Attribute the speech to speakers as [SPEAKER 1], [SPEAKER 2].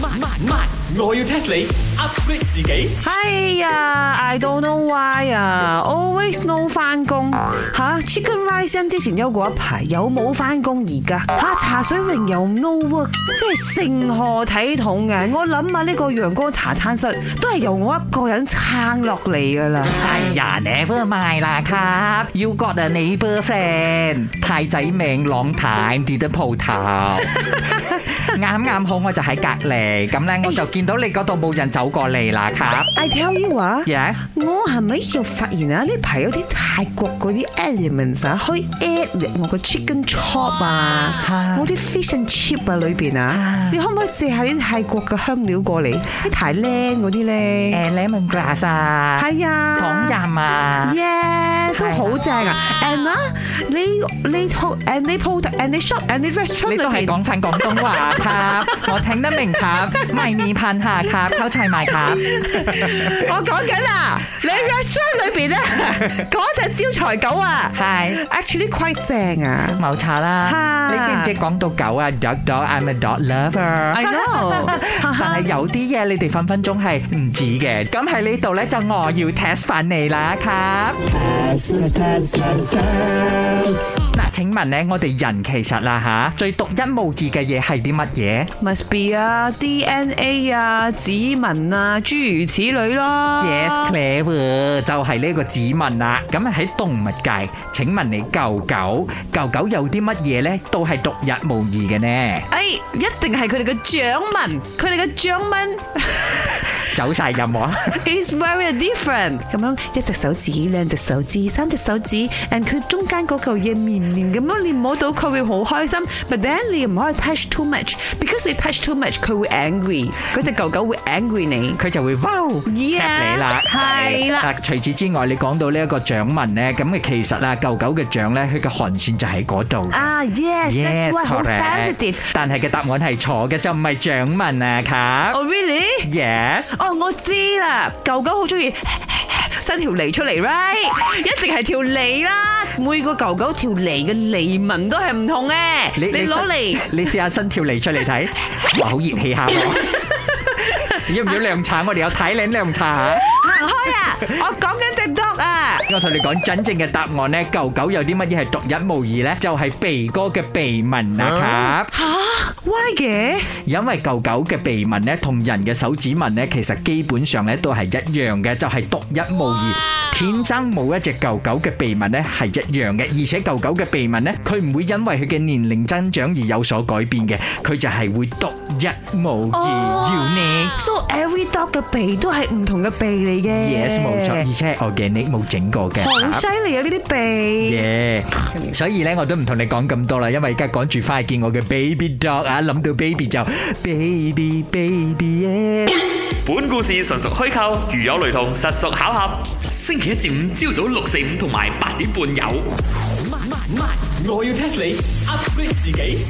[SPEAKER 1] 慢慢慢，我要 test 你 upgrade 自己。
[SPEAKER 2] 哎呀，I don't know why 啊，always no 翻工吓，Chicken Rice Inn 之前休過一排，有冇翻工而家吓？茶水榮又 no work，即係成何體統嘅？我諗啊，呢個陽光茶餐室都係由我一個人撐落嚟噶啦。
[SPEAKER 3] 哎呀，never mind 啦，ครับ，You got a neighbor friend，太仔命浪淡跌得鋪頭，啱啱好我就喺隔離，咁咧我就見到你嗰度冇人走過嚟啦，ครับ
[SPEAKER 2] I tell you 啊。
[SPEAKER 3] ，yes，
[SPEAKER 2] 我係咪又發現啊？呢排有啲泰國嗰啲 elements 啊，可以 add 入我個 chicken chop 啊
[SPEAKER 3] 啊，
[SPEAKER 2] 我啲 fish and chip 啊裏邊啊
[SPEAKER 3] 啊，
[SPEAKER 2] 你可唔可以借下啲泰國嘅香料過嚟？啲泰靚嗰啲咧，
[SPEAKER 3] 誒 lemon grass 啊，
[SPEAKER 2] 係
[SPEAKER 3] 糖
[SPEAKER 2] 啊，
[SPEAKER 3] 飲啊，
[SPEAKER 2] 耶，都好正啊！and 啊，你你 and 你 product and 你 shop and 你 restaurant
[SPEAKER 3] 你都係
[SPEAKER 2] 裏邊
[SPEAKER 3] 講翻廣東話，ครับ，我聽得明，ครับ，賣面噴下，ครับ，偷砌埋，ครับ。
[SPEAKER 2] 我講緊啊，你 restaurant 裏邊咧啊 嗰隻招財狗啊
[SPEAKER 3] 係
[SPEAKER 2] ，actually quite 正啊
[SPEAKER 3] 冇錯啦，
[SPEAKER 2] 嚇
[SPEAKER 3] 你知唔知講到狗啊？Dog dog à, I'm a dog lover。
[SPEAKER 2] ！I know，哈哈
[SPEAKER 3] 但係有啲嘢你哋分分鐘係唔止嘅，咁喺呢度咧就我要 test 翻你啦，ครับ。嗱，請問咧，我哋人其實啦吓，最獨一無二嘅嘢係啲乜嘢
[SPEAKER 2] must be 啊，DNA 啊，指紋啊，諸如此類咯。
[SPEAKER 3] ？Yes, clever，就係呢個指紋啦。咁啊喺動物界，請問你狗狗，狗狗有啲乜嘢咧，都係獨一無二嘅呢？
[SPEAKER 2] 哎，一定係佢哋嘅掌紋， 佢哋嘅掌紋
[SPEAKER 3] 走晒音樂。
[SPEAKER 2] is very different。咁樣一隻手指、兩隻手指、三隻手指，and 佢中間嗰嚿嘢綿綿咁樣，你摸到佢會好開心。But then 你唔可以 touch too much，because 你 touch too much 佢會 angry，嗰只狗狗會 angry 你。
[SPEAKER 3] 佢就會 wow 踢你
[SPEAKER 2] Yeah，
[SPEAKER 3] 啦，
[SPEAKER 2] 係啦
[SPEAKER 3] 啊除此之外，你講到呢一個掌紋咧，咁嘅其實啊，狗狗嘅掌咧，佢嘅汗腺就喺嗰度。
[SPEAKER 2] 啊，yes，that's why 好
[SPEAKER 3] correct
[SPEAKER 2] sensitive。
[SPEAKER 3] 但係嘅答案係錯嘅，就唔係掌紋啊，卡。
[SPEAKER 2] Oh really？
[SPEAKER 3] Yes，
[SPEAKER 2] 哦，我知啦，狗狗好中意 伸條脷出嚟，right？一定係條脷啦，每個狗狗條脷嘅脷紋都係唔同嘅。你攞嚟
[SPEAKER 3] 伸，你試下伸條脷出 嚟睇，哇，好熱氣下喎。 要唔要涼茶？我哋有睇領涼茶啊
[SPEAKER 2] 行開啊！我講緊隻 dog 啊，
[SPEAKER 3] 我同你講真正嘅答案咧，狗狗有啲乜嘢係獨一無二咧？就係鼻哥嘅鼻紋啊，卡。
[SPEAKER 2] 吓，why 嘅？
[SPEAKER 3] 因為狗狗嘅鼻紋咧，同人嘅手指紋咧，其實基本上咧都係一樣嘅，就係、獨一無二。天生冇一隻狗狗嘅鼻紋咧係一樣嘅，而且狗狗嘅鼻紋咧，佢唔會因為佢嘅年齡增長而有所改變嘅，佢就係會獨一無二。
[SPEAKER 2] 哦
[SPEAKER 3] unique
[SPEAKER 2] So every dog 嘅鼻都係唔同嘅鼻嚟嘅。
[SPEAKER 3] yes 冇錯，而且係 organic 冇整過嘅。
[SPEAKER 2] 好犀利啊！呢啲鼻。
[SPEAKER 3] 耶！所以咧，我都唔同你講咁多啦，因為而家趕住翻去見我嘅 baby dog 啊，諗到 baby 就 baby baby 耶！
[SPEAKER 1] 本故事純屬虛構，如有雷同，實屬巧合。星期一至五朝早六四五同埋八點半有。我要 test 你 upgrade 自己。